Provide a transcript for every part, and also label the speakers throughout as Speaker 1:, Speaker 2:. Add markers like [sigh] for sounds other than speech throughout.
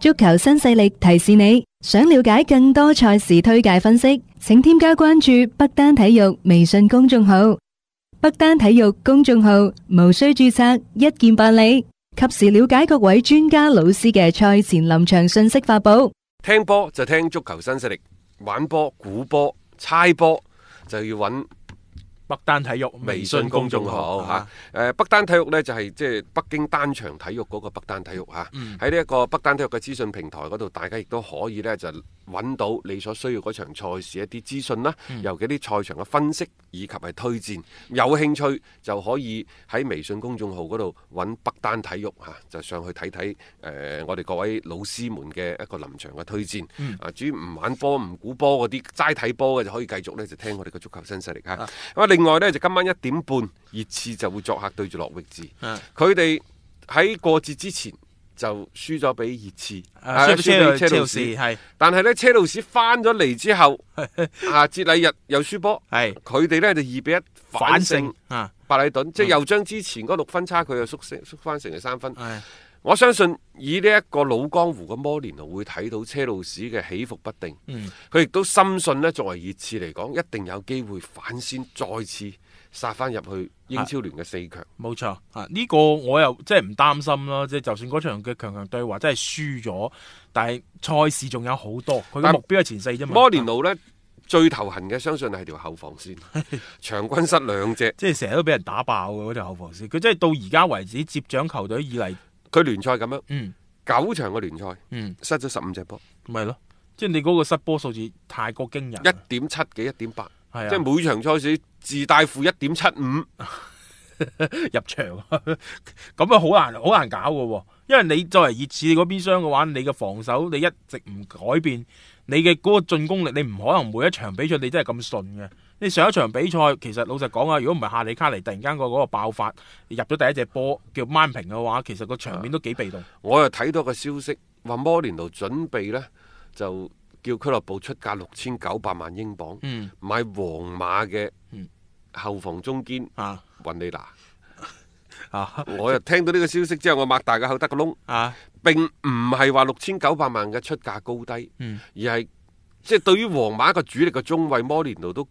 Speaker 1: 足球新勢力提示你，想了解更多賽事推介分析，請添加關注北單體育微信公眾號。北單體育公眾號無需註冊，一鍵辦理，及時了解各位專家老師嘅賽前臨場信息發布。
Speaker 2: 聽波就聽足球新勢力，玩波、估波、猜波就要揾
Speaker 3: 北單體育
Speaker 2: 微信公眾號
Speaker 3: 啊
Speaker 2: 啊嚇。誒、呃北單體育呢，就係即係北京單場體育嗰個北單體育嚇。喺呢一個北單體育嘅資訊平台嗰度，大家亦都可以呢，就揾到你所需要嗰場賽事一啲資訊啦，尤其啲賽場嘅分析以及係推薦。有興趣就可以喺微信公眾號嗰度揾北單體育嚇、啊就上去睇睇誒我哋各位老師們嘅一個臨場嘅推薦。
Speaker 3: 嗯
Speaker 2: 啊，至於唔玩波、唔估波嗰啲，齋睇波嘅就可以繼續呢，就聽我哋嘅足球新勢力嚇。咁啊，另外呢，就今晚一點半熱刺就會作客對住諾域治，
Speaker 3: 啊
Speaker 2: 佢哋喺過節之前。就輸咗俾熱刺，
Speaker 3: 啊輸俾車路車路士係
Speaker 2: 但係呢，車路士翻咗嚟之
Speaker 3: [laughs]
Speaker 2: 後，啊，節禮日又輸波，
Speaker 3: 係
Speaker 2: 佢哋呢就二比一
Speaker 3: 反
Speaker 2: 反勝
Speaker 3: 勝啊，
Speaker 2: 白禮頓，即係又將之前嗰六分差距又縮成縮翻成係三分。
Speaker 3: 係
Speaker 2: 我相信以呢一個老江湖嘅摩連奴會睇到車路士嘅起伏不定，
Speaker 3: 嗯
Speaker 2: 佢亦、都深信呢，作為熱刺嚟講，一定有機會反先再次殺翻入去英超聯嘅四強。
Speaker 3: 冇錯啊！呢、個我又即係唔擔心咯，即係就算嗰場嘅強強對話真係輸咗，但係賽事仲有好多，佢嘅
Speaker 2: 但
Speaker 3: 目標係前四啫嘛。
Speaker 2: 摩連奴呢，最頭痕嘅，相信係條後防線，長軍失兩隻。
Speaker 3: 即係成日都俾人打爆嘅嗰條後防線，佢真係到而家為止接掌球隊以嚟，
Speaker 2: 佢聯賽咁樣
Speaker 3: 嗯
Speaker 2: 九場嘅聯賽
Speaker 3: 嗯，
Speaker 2: 失咗十五隻波，
Speaker 3: 咪咯，即係你嗰個失波數字太過驚人啦，
Speaker 2: 一點七幾、一點八，
Speaker 3: 係啊
Speaker 2: 即係每場賽事自帶負一點七五。
Speaker 3: 入場啊 [laughs] 咁啊好難好難搞嘅喎，因為你作為熱刺嗰邊傷嘅話，你嘅防守你一直唔改變，你嘅嗰個進攻力你唔可能每一場比賽你真係咁順嘅。你上一場比賽其實老實講啊，如果唔係夏利卡尼突然間個嗰個爆發入咗第一隻波叫扳平嘅話，其實個場面都幾被動。
Speaker 2: 我又睇到個消息，話摩連奴準備呢，就叫俱樂部出價六千九百萬英鎊、
Speaker 3: 嗯
Speaker 2: 買皇馬嘅
Speaker 3: 嗯
Speaker 2: 後防中堅
Speaker 3: 啊
Speaker 2: 雲利拿。
Speaker 3: 啊
Speaker 2: 我又聽到呢個消息之後，我擘大個口得個窿。
Speaker 3: 啊！
Speaker 2: 並唔係話六千九百萬嘅出價高低，
Speaker 3: 嗯
Speaker 2: 而係即係對於皇馬一個主力嘅中衞摩連奴都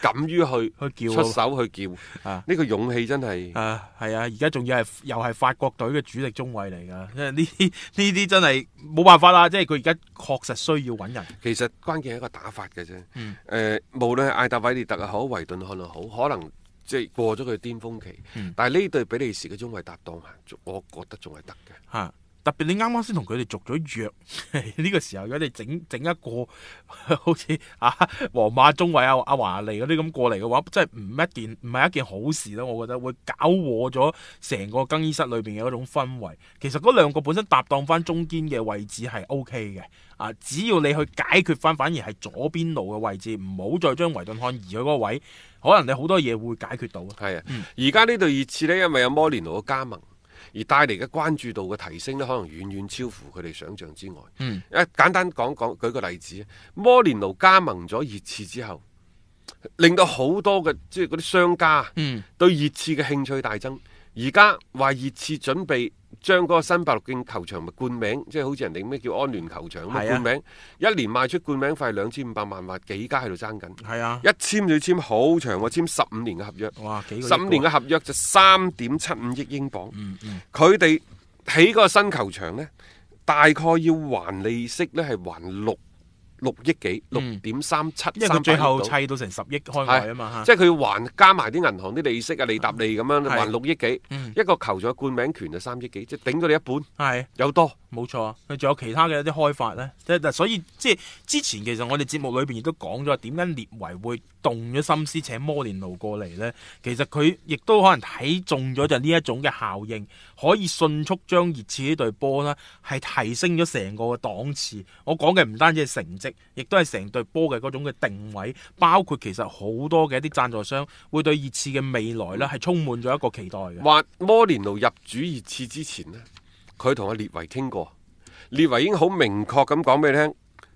Speaker 2: 敢於去
Speaker 3: 去叫啊
Speaker 2: 出手去叫，
Speaker 3: 啊
Speaker 2: 呢、個勇氣真係。
Speaker 3: 啊，係啊，而家仲要係又係法國隊嘅主力中衞嚟㗎，因為呢啲呢啲真係冇辦法啦，即係佢而家確實需要揾人。
Speaker 2: 其實關鍵係一個打法嘅啫。誒、
Speaker 3: 嗯
Speaker 2: 無論係艾達韋列特又好，維頓漢又好，可能即係過咗佢巔峰期。
Speaker 3: 嗯
Speaker 2: 但係呢對比利時嘅中衞搭檔啊，我覺得仲係得嘅。
Speaker 3: 吓、特別你啱啱先同佢哋續咗約， [laughs] 呢個時候如果你整整一個 [laughs] 好似啊皇馬中衞啊阿華利嗰啲咁過嚟嘅話，真係唔一件唔係一件好事咯。我覺得會搞和咗成個更衣室裏邊嘅嗰種氛圍。其實嗰兩個本身搭檔翻中堅嘅位置係 O K 嘅，啊只要你去解決翻，反而係左邊路嘅位置，唔好再將維頓漢移去嗰個位，可能你好多嘢會解決到啊。
Speaker 2: 係啊，而家呢隊熱刺呢，因為有摩連奴嘅加盟，而帶嚟嘅關注度嘅提升呢，可能遠遠超乎佢哋想象之外。
Speaker 3: 嗯，
Speaker 2: 誒簡單講講，舉個例子，啊摩連奴加盟咗熱刺之後，令到好多嘅即係嗰啲商家，
Speaker 3: 嗯，
Speaker 2: 對熱刺嘅興趣大增。而家話熱刺準備將嗰個新白鹿徑球場咪冠名，即係好似人哋咩叫安聯球場咁
Speaker 3: 係啊
Speaker 2: 樣冠名，一年賣出冠名費兩千五百萬，話幾家喺度爭緊，
Speaker 3: 係啊
Speaker 2: 一，簽就要簽好長喎，簽十五年嘅合約。
Speaker 3: 哇幾個嗯
Speaker 2: 十五年
Speaker 3: 啊，
Speaker 2: 嘅合約就三點七五億英鎊。佢哋起嗰個新球場呢，大概要還利息呢係還六六億幾，六點三七
Speaker 3: 嗯因為佢最後砌到成十億開外啊嘛嚇。
Speaker 2: 即係佢要還加埋啲銀行啲利息啊、利搭利咁樣，
Speaker 3: 係
Speaker 2: 還六億幾。
Speaker 3: 嗯
Speaker 2: 一個球場嘅冠名權就啊三億幾，即係頂咗你一半
Speaker 3: 係
Speaker 2: 有多。
Speaker 3: 冇錯，佢仲有其他嘅一啲開發咧，即係嗱所以即係之前其實我哋節目裏邊亦都講咗，點解列維會動咗心思請摩連奴過嚟咧？其實佢亦都可能睇中咗就呢一種嘅效應，可以迅速將熱刺呢隊波呢係提升咗成個檔次。我講嘅唔單止係成績，亦都係成隊波嘅嗰種嘅定位，包括其實好多嘅一啲贊助商會對熱刺嘅未來呢係充滿咗一個期待嘅。
Speaker 2: 話摩連奴入主熱刺之前呢，佢同阿列維傾過，列維已經好明確咁講俾你聽，
Speaker 3: 嗯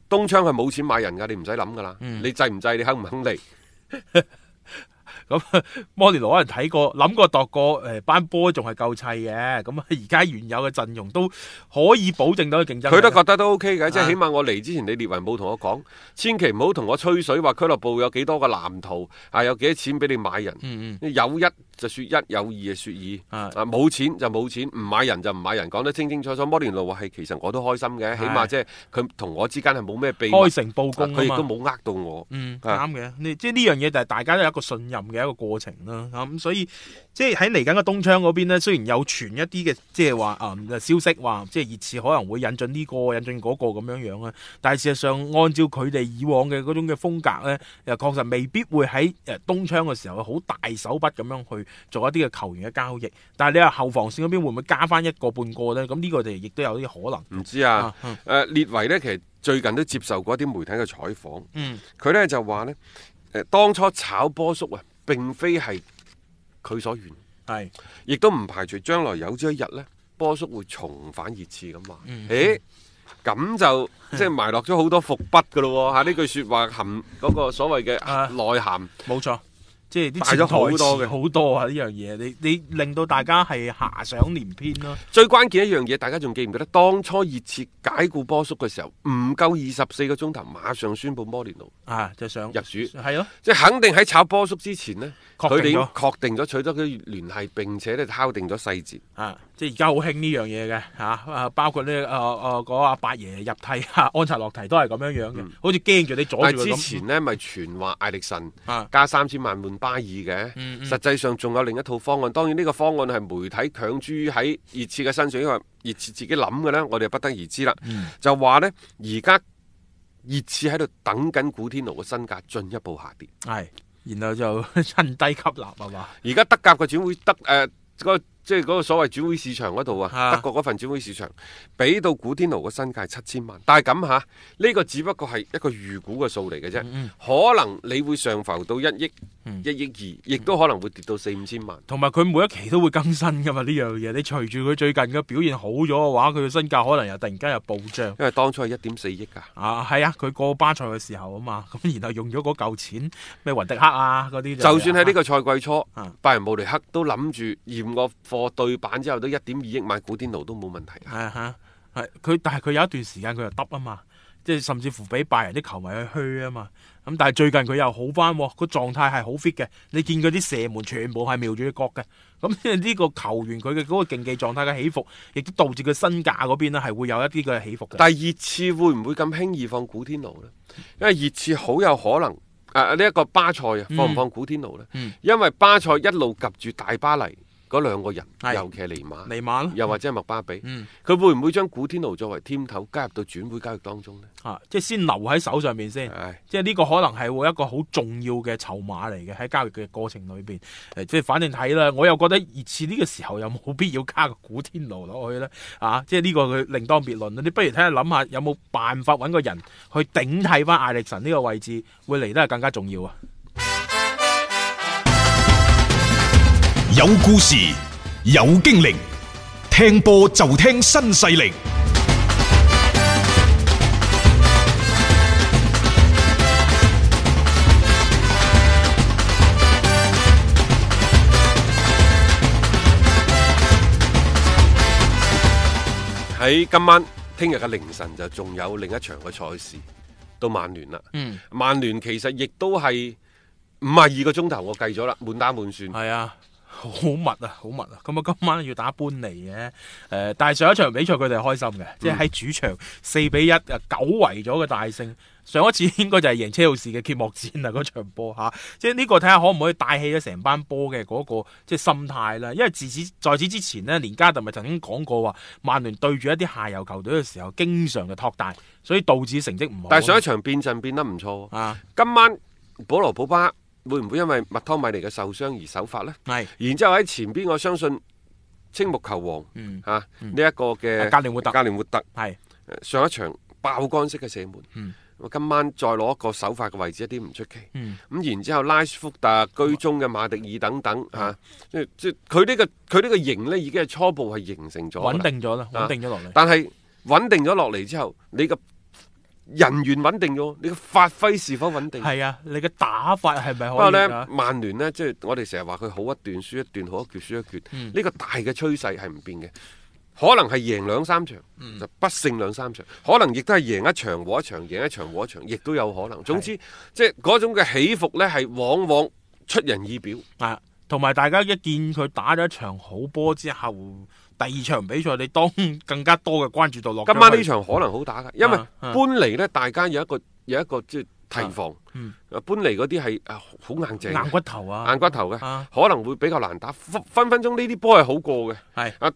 Speaker 2: 東窗係冇錢買人㗎，你唔使諗㗎啦，你制唔制，你肯唔肯嚟？
Speaker 3: 咁 [laughs] 摩連奴可能睇過、諗過、度過，誒班波仲係夠砌嘅。咁啊 [laughs] 而家原有嘅陣容都可以保證到佢競爭力。
Speaker 2: 佢都覺得都 OK 嘅，即
Speaker 3: 啊
Speaker 2: 係起碼我嚟之前，你列雲冇同我講，千祈唔好同我吹水話俱樂部有幾多個藍圖啊，有幾多錢俾你買人。
Speaker 3: 嗯
Speaker 2: 有一就説一，有二就説二，
Speaker 3: 啊
Speaker 2: 啊冇錢就冇錢，唔買人就唔買人，講得清清楚楚。摩連奴話係其實我都開心嘅，起碼即係佢同我之間係冇咩秘
Speaker 3: 嗯，
Speaker 2: 密，
Speaker 3: 開誠佈
Speaker 2: 啊
Speaker 3: 公啊
Speaker 2: 佢亦
Speaker 3: 嘛
Speaker 2: 都。冇呃到我。
Speaker 3: 嗯，
Speaker 2: 啊
Speaker 3: 啱嘅，呢即係呢樣嘢就係大家都有一個信任嘅一個過程啦。啊咁、所以即係喺嚟緊嘅東窗嗰邊咧，雖然有傳一啲嘅即係話啊消息話，即係熱刺可能會引進呢、個引進嗰個咁樣樣啊，但係事實上按照佢哋以往嘅嗰種嘅風格咧，又確實未必會喺誒東窗嘅時候好大手筆咁樣去做一啲嘅球員嘅交易。但係你話後防線嗰邊會唔會加翻一個半個咧？咁呢個就亦都有啲可
Speaker 2: 唔知啊
Speaker 3: 能。，嗯
Speaker 2: 誒、列維呢，其實最近都接受過一啲媒體嘅採訪，
Speaker 3: 嗯
Speaker 2: 佢呢就話呢，誒、當初炒波叔啊，並非係佢所願，
Speaker 3: 係
Speaker 2: 亦都唔排除將來有朝一日呢，波叔會重返熱刺咁話。
Speaker 3: 嗯
Speaker 2: 誒咁就即係埋落咗好多伏筆噶咯喎嚇！呢句説話含嗰個所謂
Speaker 3: 啊
Speaker 2: 嘅內涵，
Speaker 3: 冇錯，即係啲
Speaker 2: 大咗好
Speaker 3: 潛台
Speaker 2: 多
Speaker 3: 詞
Speaker 2: 嘅
Speaker 3: 好多啊！呢樣嘢，你你令到大家係遐想連篇咯。
Speaker 2: 最關鍵一樣嘢，大家仲記唔記得當初熱刺解雇波叔嘅時候，唔夠二十四個鐘頭，馬上宣布摩連奴
Speaker 3: 啊，就想
Speaker 2: 入主。
Speaker 3: 係咯，
Speaker 2: 即係肯定喺炒波叔之前呢，
Speaker 3: 確
Speaker 2: 佢哋已
Speaker 3: 定
Speaker 2: 經
Speaker 3: 咗
Speaker 2: 確定咗取得佢聯繫，並且咧敲定咗細節。
Speaker 3: 啊！即係而家好興呢樣嘢嘅嚇，啊包括呢誒誒嗰阿八爺入替啊，安察洛提都係咁樣樣嘅，好似驚住你阻
Speaker 2: 嗯
Speaker 3: 住
Speaker 2: 但係
Speaker 3: 佢
Speaker 2: 之
Speaker 3: 哦咁。
Speaker 2: 前呢，咪傳話艾力神
Speaker 3: 啊
Speaker 2: 加三千萬換巴爾嘅，
Speaker 3: 嗯嗯
Speaker 2: 實際上仲有另一套方案。當然呢個方案係媒體強諸於喺熱刺嘅身上，因為熱刺自己諗嘅呢，我哋不得而知啦。
Speaker 3: 嗯
Speaker 2: 就話呢，而家熱刺喺度等緊古天奴嘅身價進一步下跌。
Speaker 3: 係，然後就 [laughs] 趁低吸納係嘛？
Speaker 2: 而家德甲嘅轉會德誒、呃嗰個即係嗰個所謂轉會市場嗰度
Speaker 3: 啊
Speaker 2: 啊，德國嗰份轉會市場俾到古天奴嘅身價七千萬，但係咁吓，呢、個只不過係一個預估嘅數嚟嘅啫，
Speaker 3: 嗯
Speaker 2: 可能你會上浮到一億、
Speaker 3: 嗯
Speaker 2: 一億二，亦都可能會跌到四五千萬。
Speaker 3: 同埋佢每一期都會更新噶嘛呢樣嘢，你隨住佢最近嘅表現好咗嘅話，佢嘅身價可能又突然間又暴漲。
Speaker 2: 因為當初係一點四億㗎，
Speaker 3: 啊，係啊，佢過巴塞嘅時候啊嘛， [laughs] 咁然後用咗嗰嚿錢咩雲迪克啊嗰啲，
Speaker 2: 就算喺呢個賽季初
Speaker 3: 啊，
Speaker 2: 拜仁慕尼黑都諗住驗個貨對版之後都一點二億買古天奴都冇問題㗎。
Speaker 3: 係嚇係啊佢，但係佢有一段時間佢又耷啊嘛，即係甚至乎俾拜仁啲球迷去虛啊嘛。咁但係最近佢又好翻喎，個狀態係好 fit 嘅。你見佢啲射門全部係瞄住角嘅。咁 [laughs] 呢個球員佢嘅嗰個競技狀態嘅起伏，亦都導致佢身價嗰邊咧係會有一啲嘅起伏嘅。
Speaker 2: 但係熱刺會唔會咁輕易放古天奴呢？因為熱刺好有可能誒呢一個巴塞啊，放唔放古天奴呢？
Speaker 3: 嗯
Speaker 2: 因為巴塞一路及住大巴黎嗰兩個人，
Speaker 3: 係
Speaker 2: 尤其係尼馬，
Speaker 3: 尼馬咯，
Speaker 2: 又或者係麥巴比，佢、
Speaker 3: 嗯
Speaker 2: 會唔會將古天奴作為添頭加入到轉會交易當中呢？
Speaker 3: 啊，即係先留喺手上面先。
Speaker 2: 唉，
Speaker 3: 即係呢個可能係會一個好重要嘅籌碼嚟嘅喺交易嘅過程裏邊，誒、即係反正睇啦，我又覺得熱刺呢個時候又冇必要加個古天奴落去咧，啊，即係呢個佢另當別論啦。你不如睇下諗下有冇辦法揾個人去頂替翻艾力神呢個位置，會嚟得係更加重要啊！
Speaker 4: 有故事，有經歷，聽波就聽新勢力。
Speaker 2: 喺今晚、聽日嘅凌晨就仲有另一場嘅賽事，到曼聯啦。
Speaker 3: 嗯，
Speaker 2: 曼聯其實亦都係五十二個鐘頭，我計咗啦，滿打滿算。
Speaker 3: 係啊。好密啊，好密啊！咁啊，今晚要打搬嚟嘅，誒、但係上一場比賽佢哋係開心嘅，
Speaker 2: 嗯
Speaker 3: 即係喺主場四比一啊，久違咗嘅大勝。上一次應該就係贏車路士嘅揭幕戰啊啦，嗰場波嚇，即係呢個睇下可唔可以帶起咗成班波嘅嗰個即係心態啦。因為自此在此之前呢，連加特咪曾經講過話，曼聯對住一啲下游球隊嘅時候，經常嘅托大，所以導致成績唔好。
Speaker 2: 但係上一場變陣變得唔錯喎。
Speaker 3: 啊，
Speaker 2: 今晚保羅普巴會唔會因為麥湯米尼嘅受傷而首發呢？
Speaker 3: 係
Speaker 2: 然之後喺前邊，我相信青木球王
Speaker 3: 嗯啊
Speaker 2: 嚇呢一個嘅
Speaker 3: 格連活特
Speaker 2: 格連活特
Speaker 3: 係
Speaker 2: 呃上一場爆杆式嘅射門，
Speaker 3: 嗯
Speaker 2: 咁今晚再攞一個首發嘅位置一啲唔出奇。
Speaker 3: 嗯
Speaker 2: 咁然之後，拉舒福特、居中嘅馬迪爾等等嚇，
Speaker 3: 嗯
Speaker 2: 啊即係即係佢呢個佢呢個型呢已經係初步係形成咗㗎啦啊
Speaker 3: 穩定咗啦，穩定咗落嚟。
Speaker 2: 但係穩定咗落嚟之後，你個人員穩定咗，你嘅發揮是否穩定？
Speaker 3: 系啊，你嘅打法係咪
Speaker 2: 不過
Speaker 3: 可以
Speaker 2: 呢，
Speaker 3: 啊？
Speaker 2: 曼聯呢，即係我哋成日話佢好一段輸一段，好一決輸一決。
Speaker 3: 嗯
Speaker 2: 呢、個大嘅趨勢係唔變嘅，可能係贏兩三場，
Speaker 3: 嗯
Speaker 2: 就不勝兩三場，可能亦都係贏一場和一場，贏一場和一場，亦都有可能。總之，即係嗰種嘅起伏呢，係往往出人意表。
Speaker 3: 啊，同埋大家一見佢打咗一場好波之後，第二場比賽你當更加多嘅關注度落咗去。
Speaker 2: 今晚呢場可能好打㗎，因為
Speaker 3: 哦啊
Speaker 2: 搬
Speaker 3: 啊
Speaker 2: 嚟呢，大家有一個有一個即係提防。
Speaker 3: 嗯
Speaker 2: 搬嚟嗰啲係啊好硬淨嘅。
Speaker 3: 硬骨頭啊，
Speaker 2: 硬骨頭嘅，
Speaker 3: 啊
Speaker 2: 可能會比較難打，分分分鐘呢啲波係好過嘅。
Speaker 3: 係
Speaker 2: 啊，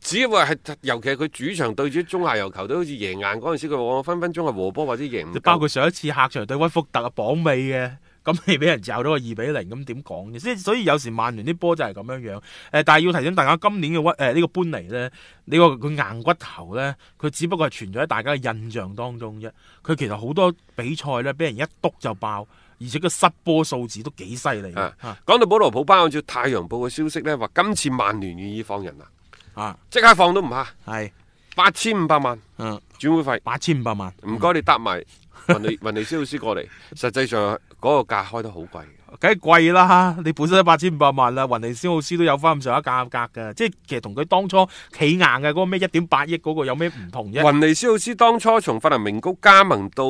Speaker 2: 只會係尤其係佢主場對住啲中下游球隊，好似贏硬嗰陣時，佢往往分分鐘係和波或者贏唔夠。
Speaker 3: 包括上一次客場對屈福特啊榜尾嘅，咁你俾人罩咗個二比零，咁點講啫？即係所以有時曼聯啲波就係咁樣樣。誒、但係要提醒大家，今年嘅屈誒呢個搬嚟咧，呢、個佢硬骨頭咧，佢只不過係存在喺大家嘅印象當中啫。佢其實好多比賽咧，俾人一篤就爆，而且個失波數字都幾犀利嘅
Speaker 2: 啊
Speaker 3: 啊
Speaker 2: 講到保羅普巴，按照《太陽報》嘅消息呢，話今次曼聯願意放人啦，
Speaker 3: 啊，
Speaker 2: 即刻放都唔怕，
Speaker 3: 係
Speaker 2: 八千五百萬
Speaker 3: 嗯
Speaker 2: 轉會費，
Speaker 3: 八千五百萬，
Speaker 2: 唔該你搭
Speaker 3: [laughs]
Speaker 2: 埋雲尼雲尼斯老師過嚟。實際上嗰個價開得好貴嘅。
Speaker 3: 梗係貴啦！你本身八千五百萬啦，雲尼斯奧斯都有翻咁上下價格嘅，即係其實同佢當初企硬嘅嗰個咩一點八億嗰個有咩唔同啫？
Speaker 2: 雲尼斯老師當初從法蘭明高加盟到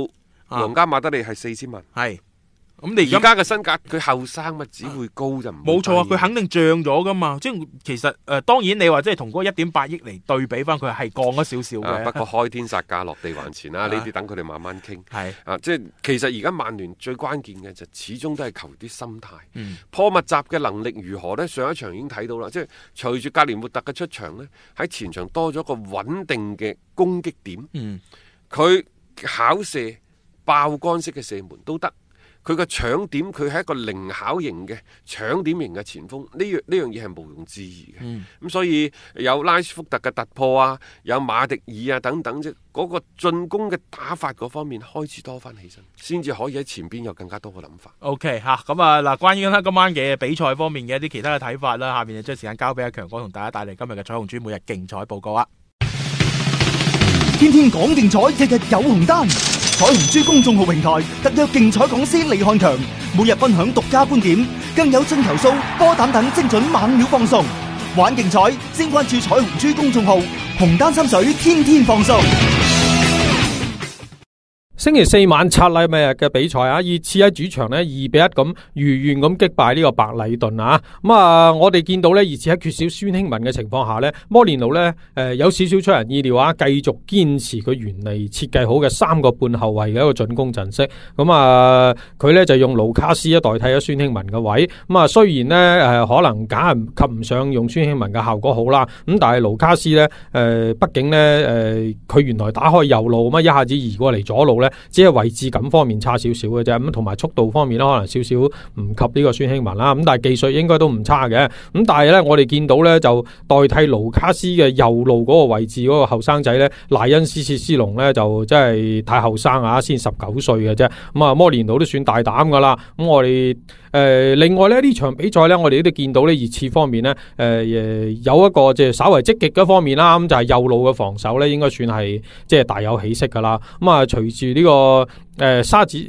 Speaker 3: 啊
Speaker 2: 皇家馬德里係四千萬。
Speaker 3: 係咁
Speaker 2: 而
Speaker 3: 你而家
Speaker 2: 家嘅身價，佢後生咪只會高就唔會
Speaker 3: 冇錯啊，
Speaker 2: 低
Speaker 3: 佢肯定漲咗噶嘛。即係其實誒、呃，當然你話即係同嗰一點八億嚟對比翻，佢係降咗少少
Speaker 2: 啊
Speaker 3: 嘅。
Speaker 2: 不過開天殺價，落地還錢啦，
Speaker 3: 啊
Speaker 2: 呢啲等佢哋慢慢傾。
Speaker 3: 係
Speaker 2: 啊，即係其實而家曼聯最關鍵嘅就始終都係求啲心態。
Speaker 3: 嗯
Speaker 2: 破密集嘅能力如何呢？上一場已經睇到啦，即係隨住格連活特嘅出場呢，喺前場多咗個穩定嘅攻擊點，
Speaker 3: 嗯
Speaker 2: 佢考射、爆杆式嘅射門都得。佢嘅搶點，佢係一個靈巧型嘅搶點型嘅前鋒，呢樣呢樣嘢係毋庸置疑嘅。
Speaker 3: 嗯
Speaker 2: 咁所以有拉舒福特嘅突破啊，有馬迪爾啊等等啫，嗰、個進攻嘅打法嗰方面開始多翻起身，先至可以喺前邊有更加多嘅諗法。
Speaker 3: ，OK 嚇咁啊嗱，關於啦今晚嘅比賽方面嘅一啲其他嘅睇法啦，下面就將時間交俾阿強哥同大家帶嚟今日嘅彩虹珠每日競賽報告啊！
Speaker 5: 天天講競彩，日日有紅單。彩虹珠公眾號平台特約競彩講師李漢強，每日分享獨家觀點，更有進球數、波膽等精準猛料放送。玩競彩，先關注彩虹珠公眾號，紅單心水，天天放送。
Speaker 6: 星期四晚拆禮物日嘅比賽啊，熱刺喺主場呢，二比一咁如願咁擊敗呢個白禮頓啊。咁、啊，我哋見到呢，熱刺喺缺少孫興文嘅情況下呢，摩連奴呢，誒、有少少出人意料啊，繼續堅持佢原嚟設計好嘅三個半後衞嘅一個進攻陣式。咁啊，佢呢就用盧卡斯啊代替咗孫興文嘅位。咁啊，雖然呢，誒、可能梗係及唔上用孫興文嘅效果好啦，咁但係盧卡斯呢，誒、畢竟呢，誒、佢原來打開右路咁啊，一下子移過嚟左路呢。只係位置感方面差少少嘅啫，咁同埋速度方面咧，可能少少唔及呢個孫興文啦，咁但係技術應該都唔差嘅，咁但係咧我哋見到咧就代替盧卡斯嘅右路嗰個位置嗰個後生仔咧，賴恩斯切斯隆咧就真係太後生啊，先十九歲嘅啫，咁啊摩連奴都算大膽噶啦，咁我哋。誒、呃另外咧呢場比賽咧，我哋都見到呢熱刺方面咧，誒、誒呃有一個即係稍為積極嘅方面啦，咁就係右路嘅防守咧，應該算係即係大有起色噶啦。咁、啊，隨住呢、個誒、沙治誒、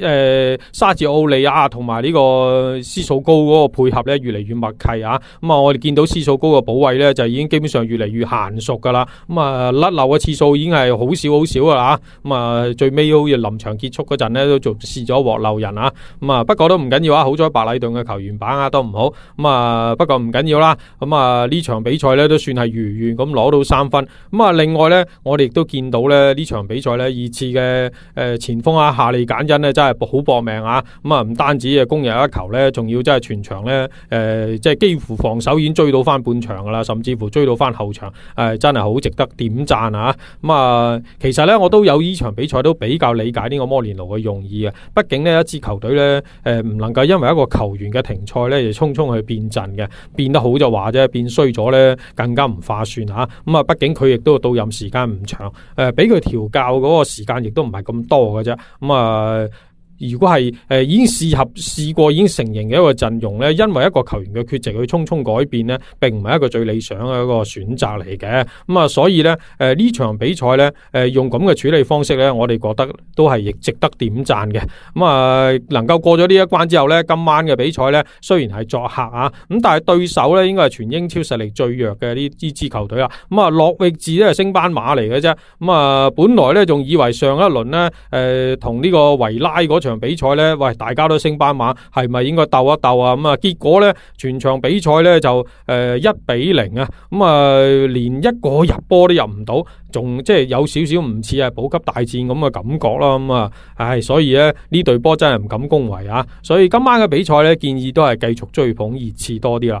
Speaker 6: 沙治奧利亞同埋呢個斯素高嗰個配合咧，越嚟越默契啊！咁、啊，我哋見到斯素高嘅補位咧，就已經基本上越嚟越娴熟噶啦。咁、啊，甩漏嘅次數已經係好少好少噶啦。咁啊，最尾好似臨場結束嗰陣咧，都仲試咗鑊漏人啊！咁啊，不過都唔緊要啊，好彩白禮頓嘅球員把握都唔好，咁啊，不過唔緊要啦，咁啊呢場比賽咧都算係如願咁攞到三分，咁啊另外咧，我哋亦都見到咧呢場比賽咧二次嘅誒前鋒啊夏利簡恩咧真係好搏命啊，咁啊唔單止啊攻入一球咧，仲要真係全場咧誒、呃即係幾乎防守已經追到翻半場噶啦，甚至乎追到翻後場，誒、呃真係好值得點讚啊！咁啊，其實咧我都有呢場比賽都比較理解呢個摩連奴嘅用意嘅。啊畢竟呢一支球隊咧，誒、唔能夠因為一個球員嘅停賽咧，而匆匆去變陣嘅，變得好就話啫，變衰咗咧更加唔化算嚇。咁啊，畢竟佢亦都到任時間唔長，誒俾佢調教嗰個時間亦都唔係咁多嘅啫。咁、啊。如果係誒、呃已經試合試過已經成型嘅一個陣容咧，因為一個球員嘅缺席去匆匆改變咧，並唔係一個最理想嘅一個選擇嚟嘅。咁、啊，所以咧誒呢、場比賽咧誒、呃用咁嘅處理方式咧，我哋覺得都係亦值得點讚嘅。咁、啊，能夠過咗呢一關之後咧，今晚嘅比賽咧雖然係作客啊，咁但係對手咧應該係全英超實力最弱嘅呢呢支球隊啦。咁、啊，諾域治咧係升班馬嚟嘅啫。咁啊，本來咧仲以為上一輪咧，诶、同呢個維拉嗰場比賽咧，喂，大家都升班馬，係咪應該鬥一鬥啊？咁啊，結果咧，全場比賽咧就诶一、比零啊，咁、啊，連一個入波都入唔到，仲即係有少少唔似係保級大戰咁嘅感覺啦。咁啊，唉，所以咧呢隊波真係唔敢恭維啊。所以今晚嘅比賽咧，建議都係繼續追捧熱刺多啲啦。